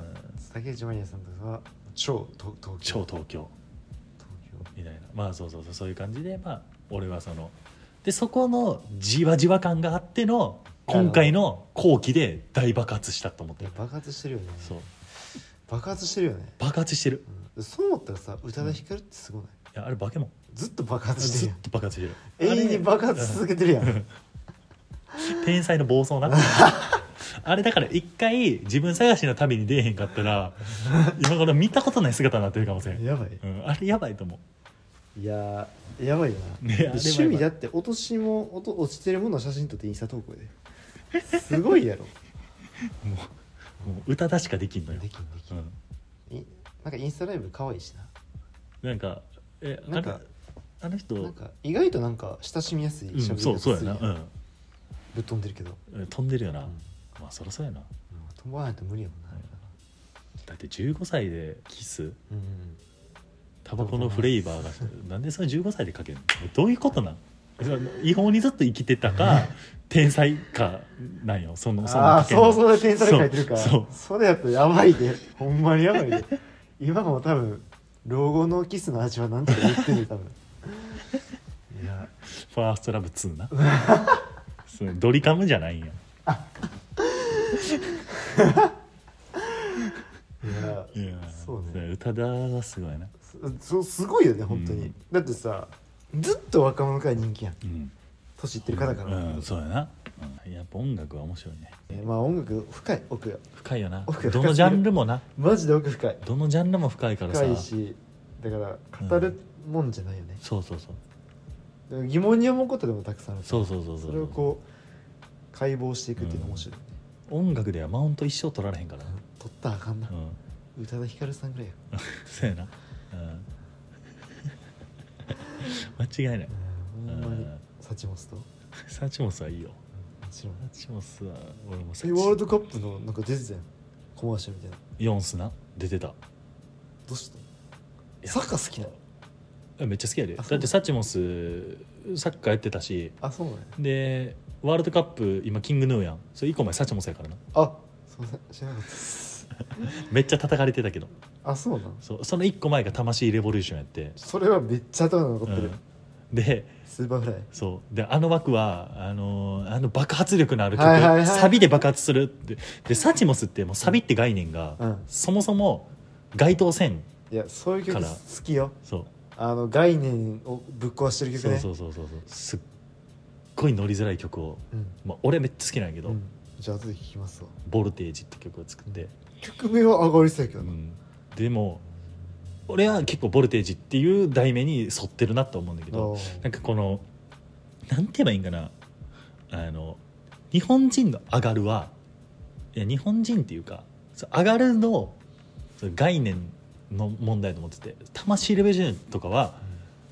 [SPEAKER 3] 竹内まりやさんとかは超東東
[SPEAKER 2] ん、超
[SPEAKER 3] 京
[SPEAKER 2] 東京
[SPEAKER 3] 東京
[SPEAKER 2] みたいなまあそうそうそうそういう感じでまあ俺はそのでそこのじわじわ感があっての今回の後期で大爆発したと思っ
[SPEAKER 3] い
[SPEAKER 2] て
[SPEAKER 3] や
[SPEAKER 2] る
[SPEAKER 3] 爆発してるよね
[SPEAKER 2] そう
[SPEAKER 3] 爆発してるよね、
[SPEAKER 2] 爆発してる
[SPEAKER 3] うん、そう思ったらさ宇多田ヒカルってすごない、
[SPEAKER 2] いやあれ化け物
[SPEAKER 3] ずっと爆発して
[SPEAKER 2] ず
[SPEAKER 3] る
[SPEAKER 2] っ
[SPEAKER 3] やん
[SPEAKER 2] と爆発してる
[SPEAKER 3] 永遠に爆発し続けて るやん、
[SPEAKER 2] うん天才の暴走 なあれだから一回自分探しの旅に出えへんかったら今頃見たことない姿になってるかもしれん、
[SPEAKER 3] やばい
[SPEAKER 2] うん、あれ やばいと思
[SPEAKER 3] いやーやばいよ
[SPEAKER 2] う
[SPEAKER 3] な、
[SPEAKER 2] ねあれはやばい
[SPEAKER 3] 趣味だって落としも落と落ちてるものを写真撮ってインスタ投 稿ですごいやろ
[SPEAKER 2] うもうもう歌だしかできんのよ
[SPEAKER 3] で、きんでき、
[SPEAKER 2] うんん、
[SPEAKER 3] いなんかインスタライブ可愛いしな
[SPEAKER 2] なんかえ
[SPEAKER 3] なんか
[SPEAKER 2] あれあの人
[SPEAKER 3] なんか意外となんか親しみやすい
[SPEAKER 2] うん、
[SPEAKER 3] 喋り
[SPEAKER 2] そう
[SPEAKER 3] 方す
[SPEAKER 2] そう
[SPEAKER 3] る
[SPEAKER 2] やな、うん
[SPEAKER 3] ぶっ飛んでるけど
[SPEAKER 2] うん、飛んでるよな、
[SPEAKER 3] うん
[SPEAKER 2] まあそりゃそうやな
[SPEAKER 3] 飛ばないと無理やもんな、あれは
[SPEAKER 2] だって15歳でキス
[SPEAKER 3] うんうん、
[SPEAKER 2] タバコのフレーバーがなんでそれ15歳でかけるのどういうことなんそれ違法にずっと生きてたか 天才かなんよそのその
[SPEAKER 3] ああ
[SPEAKER 2] 賭けの
[SPEAKER 3] 想像で天才書いてるから
[SPEAKER 2] そうそう
[SPEAKER 3] それやったらやば いでほんまにやばいで今も多分老後のキスの味はなんとか言ってる 多分いや
[SPEAKER 2] ファーストラブ2なそれドリカムじゃないんよ
[SPEAKER 3] いや
[SPEAKER 2] いや
[SPEAKER 3] そうね
[SPEAKER 2] 宇多田がすごいな
[SPEAKER 3] そすごいよね本当に、
[SPEAKER 2] うん
[SPEAKER 3] だってさずっと若者から人気やん
[SPEAKER 2] うん、
[SPEAKER 3] 年いってる方から、
[SPEAKER 2] うん、そうやな、うん、やっぱ音楽は面白いね
[SPEAKER 3] えまあ音楽深い奥よ
[SPEAKER 2] 深いよな
[SPEAKER 3] 奥が深すぎる
[SPEAKER 2] どのジャンルもな
[SPEAKER 3] マジで奥深い
[SPEAKER 2] どのジャンルも深いからさ
[SPEAKER 3] 深いしだから語るもんじゃないよね、
[SPEAKER 2] そうそうそう
[SPEAKER 3] だから疑問に思うことでもたくさんある
[SPEAKER 2] そうそうそうそう
[SPEAKER 3] それをこう解剖していくっていうの面白い、ね
[SPEAKER 2] 音楽ではマウント一生取られへんからな
[SPEAKER 3] 取ったらあかんな
[SPEAKER 2] う、ん
[SPEAKER 3] 宇多田ヒカルさんぐらいよ、
[SPEAKER 2] そうやな、うん、 間違いない
[SPEAKER 3] ほんまに
[SPEAKER 2] うん
[SPEAKER 3] サチモスとも
[SPEAKER 2] サチモスはいいよ
[SPEAKER 3] ちろん
[SPEAKER 2] サチモスは俺もサ
[SPEAKER 3] え
[SPEAKER 2] チ
[SPEAKER 3] ワールドカップのなんか出てたやんコマーシャルみたいな
[SPEAKER 2] ヨンスな出てた
[SPEAKER 3] どうした
[SPEAKER 2] や
[SPEAKER 3] サッカー好きなの
[SPEAKER 2] えめっちゃ好きやで
[SPEAKER 3] あ
[SPEAKER 2] だ
[SPEAKER 3] そう
[SPEAKER 2] ってサチモスサッカーやってたし
[SPEAKER 3] あそうなんや
[SPEAKER 2] でワールドカップ今キングヌーやんそれ以降前サチモスやからな
[SPEAKER 3] あすいません知らなかったです
[SPEAKER 2] めっちゃ叩かれてたけど
[SPEAKER 3] あそうなん
[SPEAKER 2] そうその一個前が魂レボリューションやって、
[SPEAKER 3] それはめっちゃ頭に残ってる、
[SPEAKER 2] うんで
[SPEAKER 3] スーパーフライ
[SPEAKER 2] そうであの枠はあのーあの爆発力のある曲、
[SPEAKER 3] はいはいはい
[SPEAKER 2] サビで爆発するってでサチモスってもうサビって概念が、
[SPEAKER 3] うん
[SPEAKER 2] そもそも該当せん
[SPEAKER 3] いやそういう曲
[SPEAKER 2] か
[SPEAKER 3] 好
[SPEAKER 2] ら
[SPEAKER 3] きよ
[SPEAKER 2] そう
[SPEAKER 3] あの概念をぶっ壊してる曲
[SPEAKER 2] そう
[SPEAKER 3] ね
[SPEAKER 2] そううそうそうそうすっごい乗りづらい曲を、
[SPEAKER 3] ん
[SPEAKER 2] まあ、俺めっちゃ好きなんやけど、
[SPEAKER 3] うん、じゃあ後で聞きますわ
[SPEAKER 2] ボルテージって曲を作って、
[SPEAKER 3] 曲名は上がりそうやけ
[SPEAKER 2] う
[SPEAKER 3] どな、
[SPEAKER 2] んでも俺は結構ボルテージっていう題名に沿ってるなと思うんだけど
[SPEAKER 3] おう
[SPEAKER 2] なんかこのなんて言えばいいんかなあの日本人の「上がるは」いや日本人っていうかそう上がるのその概念の問題と思ってて魂レベルとかは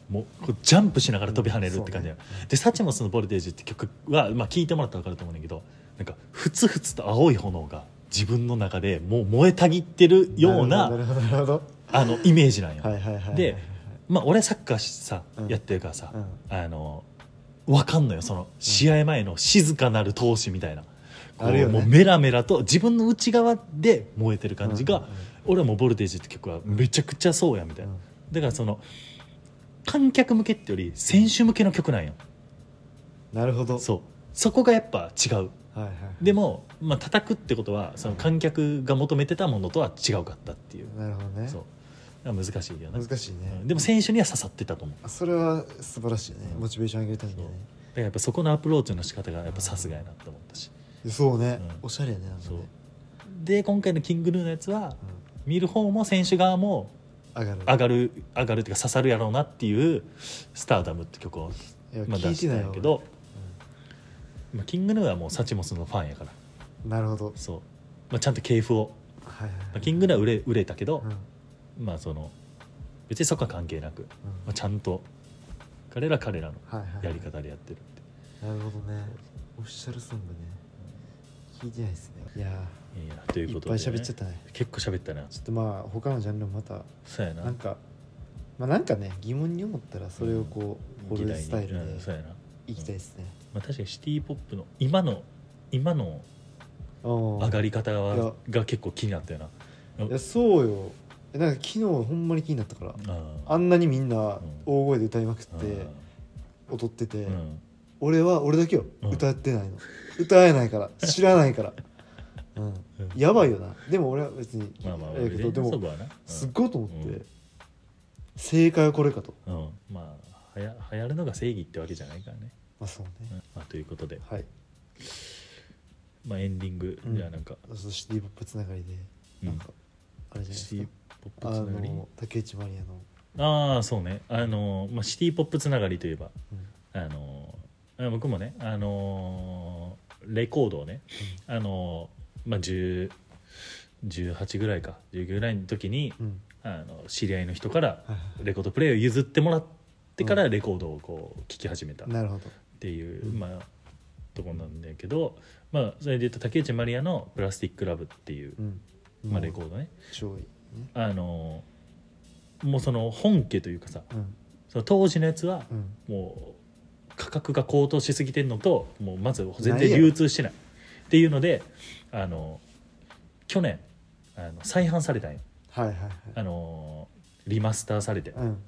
[SPEAKER 2] もうこうジャンプしながら飛び跳ねるって感じだよ、で「サチモスのボルテージ」って曲は、まあ、聞いてもらったら分かると思うんだけどなんかふつふつと青い炎が自分の中でもう燃えたぎってるような
[SPEAKER 3] なるほどなるほど
[SPEAKER 2] あのイメージなんよ、
[SPEAKER 3] はいはいはいはい
[SPEAKER 2] でまあ俺サッカーさ
[SPEAKER 3] うん
[SPEAKER 2] やってるからさ、
[SPEAKER 3] うん
[SPEAKER 2] あのわかんのよその試合前の静かなる闘志みたいな、こ
[SPEAKER 3] あるよ
[SPEAKER 2] う
[SPEAKER 3] ね
[SPEAKER 2] もうメラメラと自分の内側で燃えてる感じが、
[SPEAKER 3] うんうん
[SPEAKER 2] 俺はもう「ボルテージ」って曲はめちゃくちゃそうやみたいな、
[SPEAKER 3] うん
[SPEAKER 2] だからその観客向けってより選手向けの曲なんよ
[SPEAKER 3] なるほど
[SPEAKER 2] そうそこがやっぱ違う
[SPEAKER 3] はいはい
[SPEAKER 2] でも、まあ叩くってことはその観客が求めてたものとは違うかったっていう、
[SPEAKER 3] なるほどね
[SPEAKER 2] そうだから難しいよな
[SPEAKER 3] 難しいね、
[SPEAKER 2] うんでも選手には刺さってたと思う
[SPEAKER 3] あそれは素晴らしいねモチベーション上げるためにね
[SPEAKER 2] だからやっぱそこのアプローチの仕方がやっぱさすがやなって思ったし
[SPEAKER 3] いやそうね、
[SPEAKER 2] うん
[SPEAKER 3] おしゃれやねなんか
[SPEAKER 2] そう
[SPEAKER 3] ね、
[SPEAKER 2] で今回のキングヌーのやつは見る方も選手側も
[SPEAKER 3] うん、
[SPEAKER 2] 上
[SPEAKER 3] 上がる
[SPEAKER 2] がる上がるっていうか刺さるやろうなっていう「スターダム」って曲を
[SPEAKER 3] いや
[SPEAKER 2] まあ
[SPEAKER 3] 聞
[SPEAKER 2] 出
[SPEAKER 3] い
[SPEAKER 2] してた
[SPEAKER 3] なんい
[SPEAKER 2] や
[SPEAKER 3] わ
[SPEAKER 2] けど、まあ、キングヌーはもうサチモスのファンやから
[SPEAKER 3] うんなるほど
[SPEAKER 2] そう、まあ、ちゃんと系譜を、
[SPEAKER 3] はいはい、
[SPEAKER 2] ま
[SPEAKER 3] は
[SPEAKER 2] あ、
[SPEAKER 3] い
[SPEAKER 2] キングヌーは売れ売れたけど
[SPEAKER 3] うん、
[SPEAKER 2] まあその別にそこは関係なく、まあ、ちゃんと彼らは彼らの
[SPEAKER 3] はいはい
[SPEAKER 2] やり方でやってるって
[SPEAKER 3] なるほどねオフィシャルソングね聞いてないですねいや
[SPEAKER 2] いやとい
[SPEAKER 3] ー
[SPEAKER 2] う
[SPEAKER 3] い
[SPEAKER 2] こ
[SPEAKER 3] っ
[SPEAKER 2] と
[SPEAKER 3] ぱい
[SPEAKER 2] で、
[SPEAKER 3] 喋っちゃったね
[SPEAKER 2] 結構喋ったな
[SPEAKER 3] ちょっとまあ他のジャンルもまた
[SPEAKER 2] そうやな
[SPEAKER 3] なんかまあなんかね疑問に思ったらそれをこう掘
[SPEAKER 2] 議題
[SPEAKER 3] る
[SPEAKER 2] に
[SPEAKER 3] スタイルで
[SPEAKER 2] うんそうやな、
[SPEAKER 3] いきたいですね
[SPEAKER 2] まあ、確かにシティ・ポップの今の今の
[SPEAKER 3] 上
[SPEAKER 2] 上がり方
[SPEAKER 3] いや
[SPEAKER 2] はが結構気になったよない
[SPEAKER 3] やそうよえなんか昨日ほんまに気になったから
[SPEAKER 2] あ
[SPEAKER 3] あんなにみんな
[SPEAKER 2] うん
[SPEAKER 3] 大声で歌いまくっ
[SPEAKER 2] ー
[SPEAKER 3] て踊ってて、
[SPEAKER 2] うんうん
[SPEAKER 3] 俺は俺だけよ、
[SPEAKER 2] うん
[SPEAKER 3] 歌ってないの歌えないから知らないから、うん、やばいよなでも俺は別に
[SPEAKER 2] まあまあ
[SPEAKER 3] あれやけど
[SPEAKER 2] 俺そ
[SPEAKER 3] でも
[SPEAKER 2] ばはなうん
[SPEAKER 3] すっごいと思って、
[SPEAKER 2] うん
[SPEAKER 3] 正解はこれかと
[SPEAKER 2] うんまあはや流行るのが正義ってわけじゃないからね、
[SPEAKER 3] まあそう
[SPEAKER 2] う
[SPEAKER 3] ね、
[SPEAKER 2] んまあ、ということで、
[SPEAKER 3] はい
[SPEAKER 2] まあ、エンディング
[SPEAKER 3] うん
[SPEAKER 2] じゃあなんか、
[SPEAKER 3] そうシティ・ポップつながりで、
[SPEAKER 2] うん
[SPEAKER 3] なんかあれじゃないで
[SPEAKER 2] シ
[SPEAKER 3] す
[SPEAKER 2] ティ・
[SPEAKER 3] か
[SPEAKER 2] ポップ
[SPEAKER 3] あ
[SPEAKER 2] つながり
[SPEAKER 3] の竹内まりやの、
[SPEAKER 2] ああそうねあの、まあ、シティ・ポップつながりといえば
[SPEAKER 3] うん
[SPEAKER 2] あのあ僕もねあのレコードをねあのまあ10 18ぐらいか19ぐらいの時に
[SPEAKER 3] うん
[SPEAKER 2] あの知り合いの人から
[SPEAKER 3] はいはい
[SPEAKER 2] レコードプレイを譲ってもらってからレコードをこう聴き始めたっ
[SPEAKER 3] なるほど
[SPEAKER 2] ていう、
[SPEAKER 3] うん
[SPEAKER 2] まあとこなんだけど、まあ、それで言うと竹内まりやの「プラスティック・ラブ」っていう、
[SPEAKER 3] うん
[SPEAKER 2] まあ、レコードね
[SPEAKER 3] 上位ね
[SPEAKER 2] あのもうその本家というかさ
[SPEAKER 3] うん
[SPEAKER 2] その当時のやつは
[SPEAKER 3] うん
[SPEAKER 2] もう価格が高騰しすぎてんのともうまず全
[SPEAKER 3] ない
[SPEAKER 2] 然
[SPEAKER 3] や
[SPEAKER 2] 流通してないっていうのであの去年あの再販されたんよ
[SPEAKER 3] はいはいはい
[SPEAKER 2] あのリマスターされて
[SPEAKER 3] うん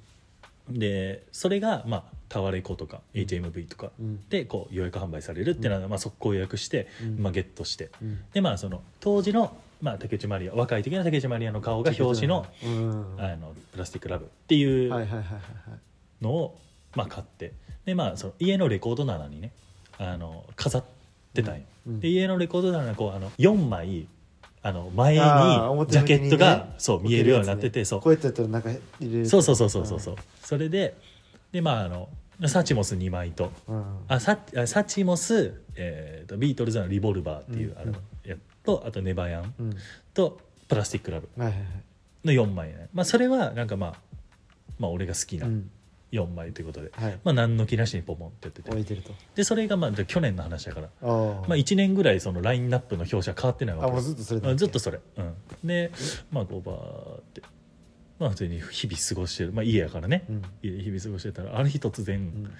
[SPEAKER 2] でそれがまあタワレコとか HMV とか
[SPEAKER 3] うん
[SPEAKER 2] でこう予約販売されるっていうのは、まあ、速攻予約して、
[SPEAKER 3] うん
[SPEAKER 2] まあ、ゲットして
[SPEAKER 3] うん
[SPEAKER 2] でまあその当時の、まあ、竹内まりや若い時の竹内まりやの顔が表紙の
[SPEAKER 3] うんはい
[SPEAKER 2] あのプラスティックラブってい
[SPEAKER 3] はいうはいはいはい
[SPEAKER 2] のを、まあ、買ってで、まあ、その家のレコード棚にねあの飾ってたんよ、
[SPEAKER 3] うん
[SPEAKER 2] で家のレコード棚のこうあの4枚あの前にジ
[SPEAKER 3] あー表
[SPEAKER 2] ャ
[SPEAKER 3] 向き
[SPEAKER 2] ケ
[SPEAKER 3] にね
[SPEAKER 2] ットが、そう見えるようになってて、
[SPEAKER 3] 置けるやつね
[SPEAKER 2] そう
[SPEAKER 3] こうやってやったらなんか入れる
[SPEAKER 2] そうそうそうそうそうそうそれででまああのサチモス2枚と
[SPEAKER 3] うん
[SPEAKER 2] あサあサチモス、えー、とビートルズの「リボルバー」っていう、
[SPEAKER 3] うん
[SPEAKER 2] あのやとあと「ネバヤン
[SPEAKER 3] うん」
[SPEAKER 2] と「プラスティック・ラブ
[SPEAKER 3] はいはいはい」
[SPEAKER 2] の4枚ね、まあ、それはなんかまあまあ俺が好きな
[SPEAKER 3] うん
[SPEAKER 2] 4枚ということで、
[SPEAKER 3] はい
[SPEAKER 2] まあ何の気なしにポポンってやって
[SPEAKER 3] 置
[SPEAKER 2] て
[SPEAKER 3] いてると
[SPEAKER 2] でそれがまあじゃあ去年の話だから、
[SPEAKER 3] あ
[SPEAKER 2] まあ、1年ぐらいそのラインナップの表紙は変わってないわ
[SPEAKER 3] あ
[SPEAKER 2] け
[SPEAKER 3] あもうずっとそれだ
[SPEAKER 2] あ
[SPEAKER 3] け
[SPEAKER 2] ずっとそれ、うん、でまあこうバーってまあ普通に日々過ごしてる、まあ、家やからね、
[SPEAKER 3] うん
[SPEAKER 2] 家で日々過ごしてたらある日突然、
[SPEAKER 3] うん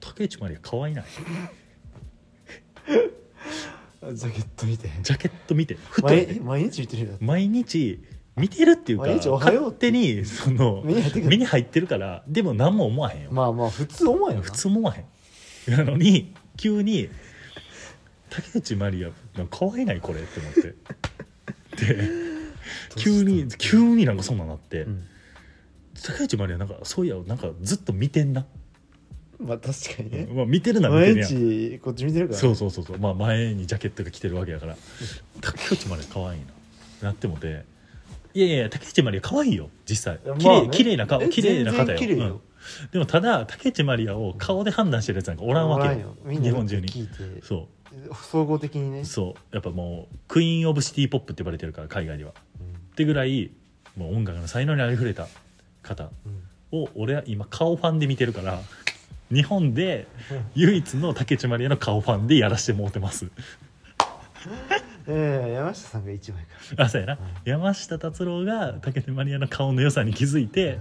[SPEAKER 2] 竹内まりや可愛いな
[SPEAKER 3] あジャケット見て
[SPEAKER 2] ジャケット見てふと見
[SPEAKER 3] 毎
[SPEAKER 2] て
[SPEAKER 3] 毎日見てるよ
[SPEAKER 2] 毎日見てるっていうか
[SPEAKER 3] 毎日おはよう
[SPEAKER 2] 勝手にその
[SPEAKER 3] 目に入ってくる
[SPEAKER 2] 目に入ってるからでも何も思わへんよ、
[SPEAKER 3] まあまあ普通思うよな
[SPEAKER 2] 普通も思わへんなのに急に「竹内まりや可愛いないこれ」って思ってで急に急になんかそんなんなって、
[SPEAKER 3] うん
[SPEAKER 2] 竹内まりやなんかそういやなんかずっと見てんな、
[SPEAKER 3] まあ確かにね
[SPEAKER 2] まあ、見てるな見てる
[SPEAKER 3] 毎
[SPEAKER 2] やん
[SPEAKER 3] 日こっち見てるから
[SPEAKER 2] そうそうそうそう、まあ、前にジャケットが着てるわけやから竹内まりや可愛いなってなってもていやいや竹内まりや可愛いよ実際
[SPEAKER 3] いや
[SPEAKER 2] 綺麗、
[SPEAKER 3] まあね
[SPEAKER 2] 綺麗な顔
[SPEAKER 3] え
[SPEAKER 2] 綺麗な方よ
[SPEAKER 3] 全然綺麗よ
[SPEAKER 2] うんでもただ竹内まりやを顔で判断してるやつなんかおらんわけよ
[SPEAKER 3] およみんな
[SPEAKER 2] 日本中に
[SPEAKER 3] 聞いて
[SPEAKER 2] そ
[SPEAKER 3] 総合的にね
[SPEAKER 2] うそうやっぱもうクイーン・オブ・シティ・ポップって呼ばれてるから海外ではっ
[SPEAKER 3] うん
[SPEAKER 2] てぐらいもう音楽の才能にありふれた方
[SPEAKER 3] うん
[SPEAKER 2] を俺は今顔ファンで見てるから日本で唯一の竹内まりやの顔ファンでやらしてもうてます
[SPEAKER 3] ええ山下さんが一枚か
[SPEAKER 2] あそうやな、山下達郎が竹内まりやの顔の良さに気づいて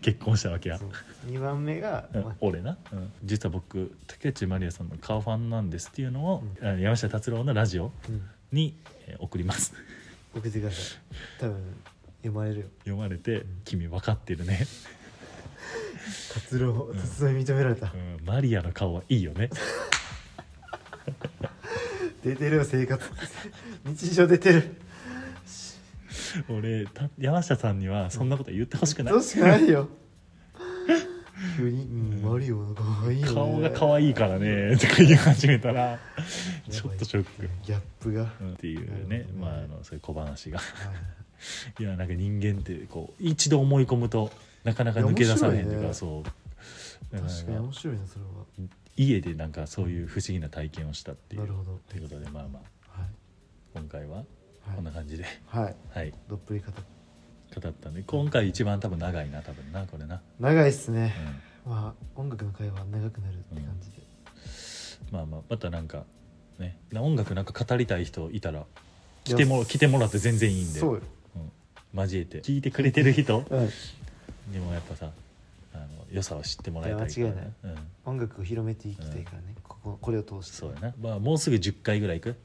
[SPEAKER 2] 結婚したわけや、
[SPEAKER 3] そう二番目が
[SPEAKER 2] うん
[SPEAKER 3] まあ
[SPEAKER 2] 俺な、うん実は僕竹内まりやさんの顔ファンなんですっていうのを、あ山下達郎のラジオ
[SPEAKER 3] うん
[SPEAKER 2] にえー送ります
[SPEAKER 3] 送ってください多分読まれるよ
[SPEAKER 2] 読まれて「君分かってるね、
[SPEAKER 3] 達郎達郎に認められた
[SPEAKER 2] うん、マリアの顔はいい よね
[SPEAKER 3] 出てるよ生活日常出てる」
[SPEAKER 2] 俺た山下さんにはそんなこと言ってほしくない
[SPEAKER 3] どうしかな いよ急にうん「マリオの可愛いよね
[SPEAKER 2] 顔が可愛いからねとか言い始めた らちょっとショック、
[SPEAKER 3] ギャップが、
[SPEAKER 2] うんっていうねまああのそういう小話が。
[SPEAKER 3] はい
[SPEAKER 2] いやなんか人間ってこう一度思い込むとなかなか抜け出さへんというか、
[SPEAKER 3] いや面
[SPEAKER 2] そうだから
[SPEAKER 3] 確かに面白いなそれは
[SPEAKER 2] 家でなんかそういう不思議な体験をしたっていう
[SPEAKER 3] なるほど
[SPEAKER 2] ということでまあまあ
[SPEAKER 3] はい
[SPEAKER 2] 今回は
[SPEAKER 3] はい
[SPEAKER 2] こんな感じで、
[SPEAKER 3] はい
[SPEAKER 2] はい、
[SPEAKER 3] どっぷり方
[SPEAKER 2] 語ったんで今回一番多分長いな多分なこれな、
[SPEAKER 3] 長いっすね
[SPEAKER 2] う、ん
[SPEAKER 3] まあ音楽の会話長くなるって感じで、
[SPEAKER 2] まあまあまたなんかね音楽なんか語りたい人いたら来
[SPEAKER 3] や
[SPEAKER 2] ても来てもらって全然いいんで
[SPEAKER 3] そうよ、
[SPEAKER 2] うん交えて聞いてくれてる人
[SPEAKER 3] うん、
[SPEAKER 2] にもやっぱさあの良さを知ってもらいたい
[SPEAKER 3] いや間違いない
[SPEAKER 2] うん
[SPEAKER 3] 音楽を広めていきたいからね、こここれを通して
[SPEAKER 2] そうやな、まあ、もうすぐ10回ぐらい行く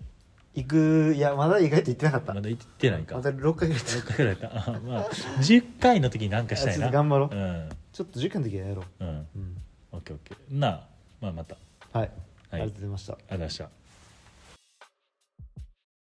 [SPEAKER 3] 行くいやまだ意外と行ってなかった
[SPEAKER 2] ま
[SPEAKER 3] ま
[SPEAKER 2] だ行ってないか
[SPEAKER 3] た6回ぐらい行っ
[SPEAKER 2] 10回ぐらいかあまあ10回の時に何か
[SPEAKER 3] た
[SPEAKER 2] したい
[SPEAKER 3] ちょっ
[SPEAKER 2] な
[SPEAKER 3] と頑張ろう、
[SPEAKER 2] うん
[SPEAKER 3] ちょっと10回の時はやろ
[SPEAKER 2] うん
[SPEAKER 3] う、うん、
[SPEAKER 2] オッケーオッケーなあまあまた
[SPEAKER 3] はい、あり
[SPEAKER 2] はい
[SPEAKER 3] がとうございました
[SPEAKER 2] ありがとうございました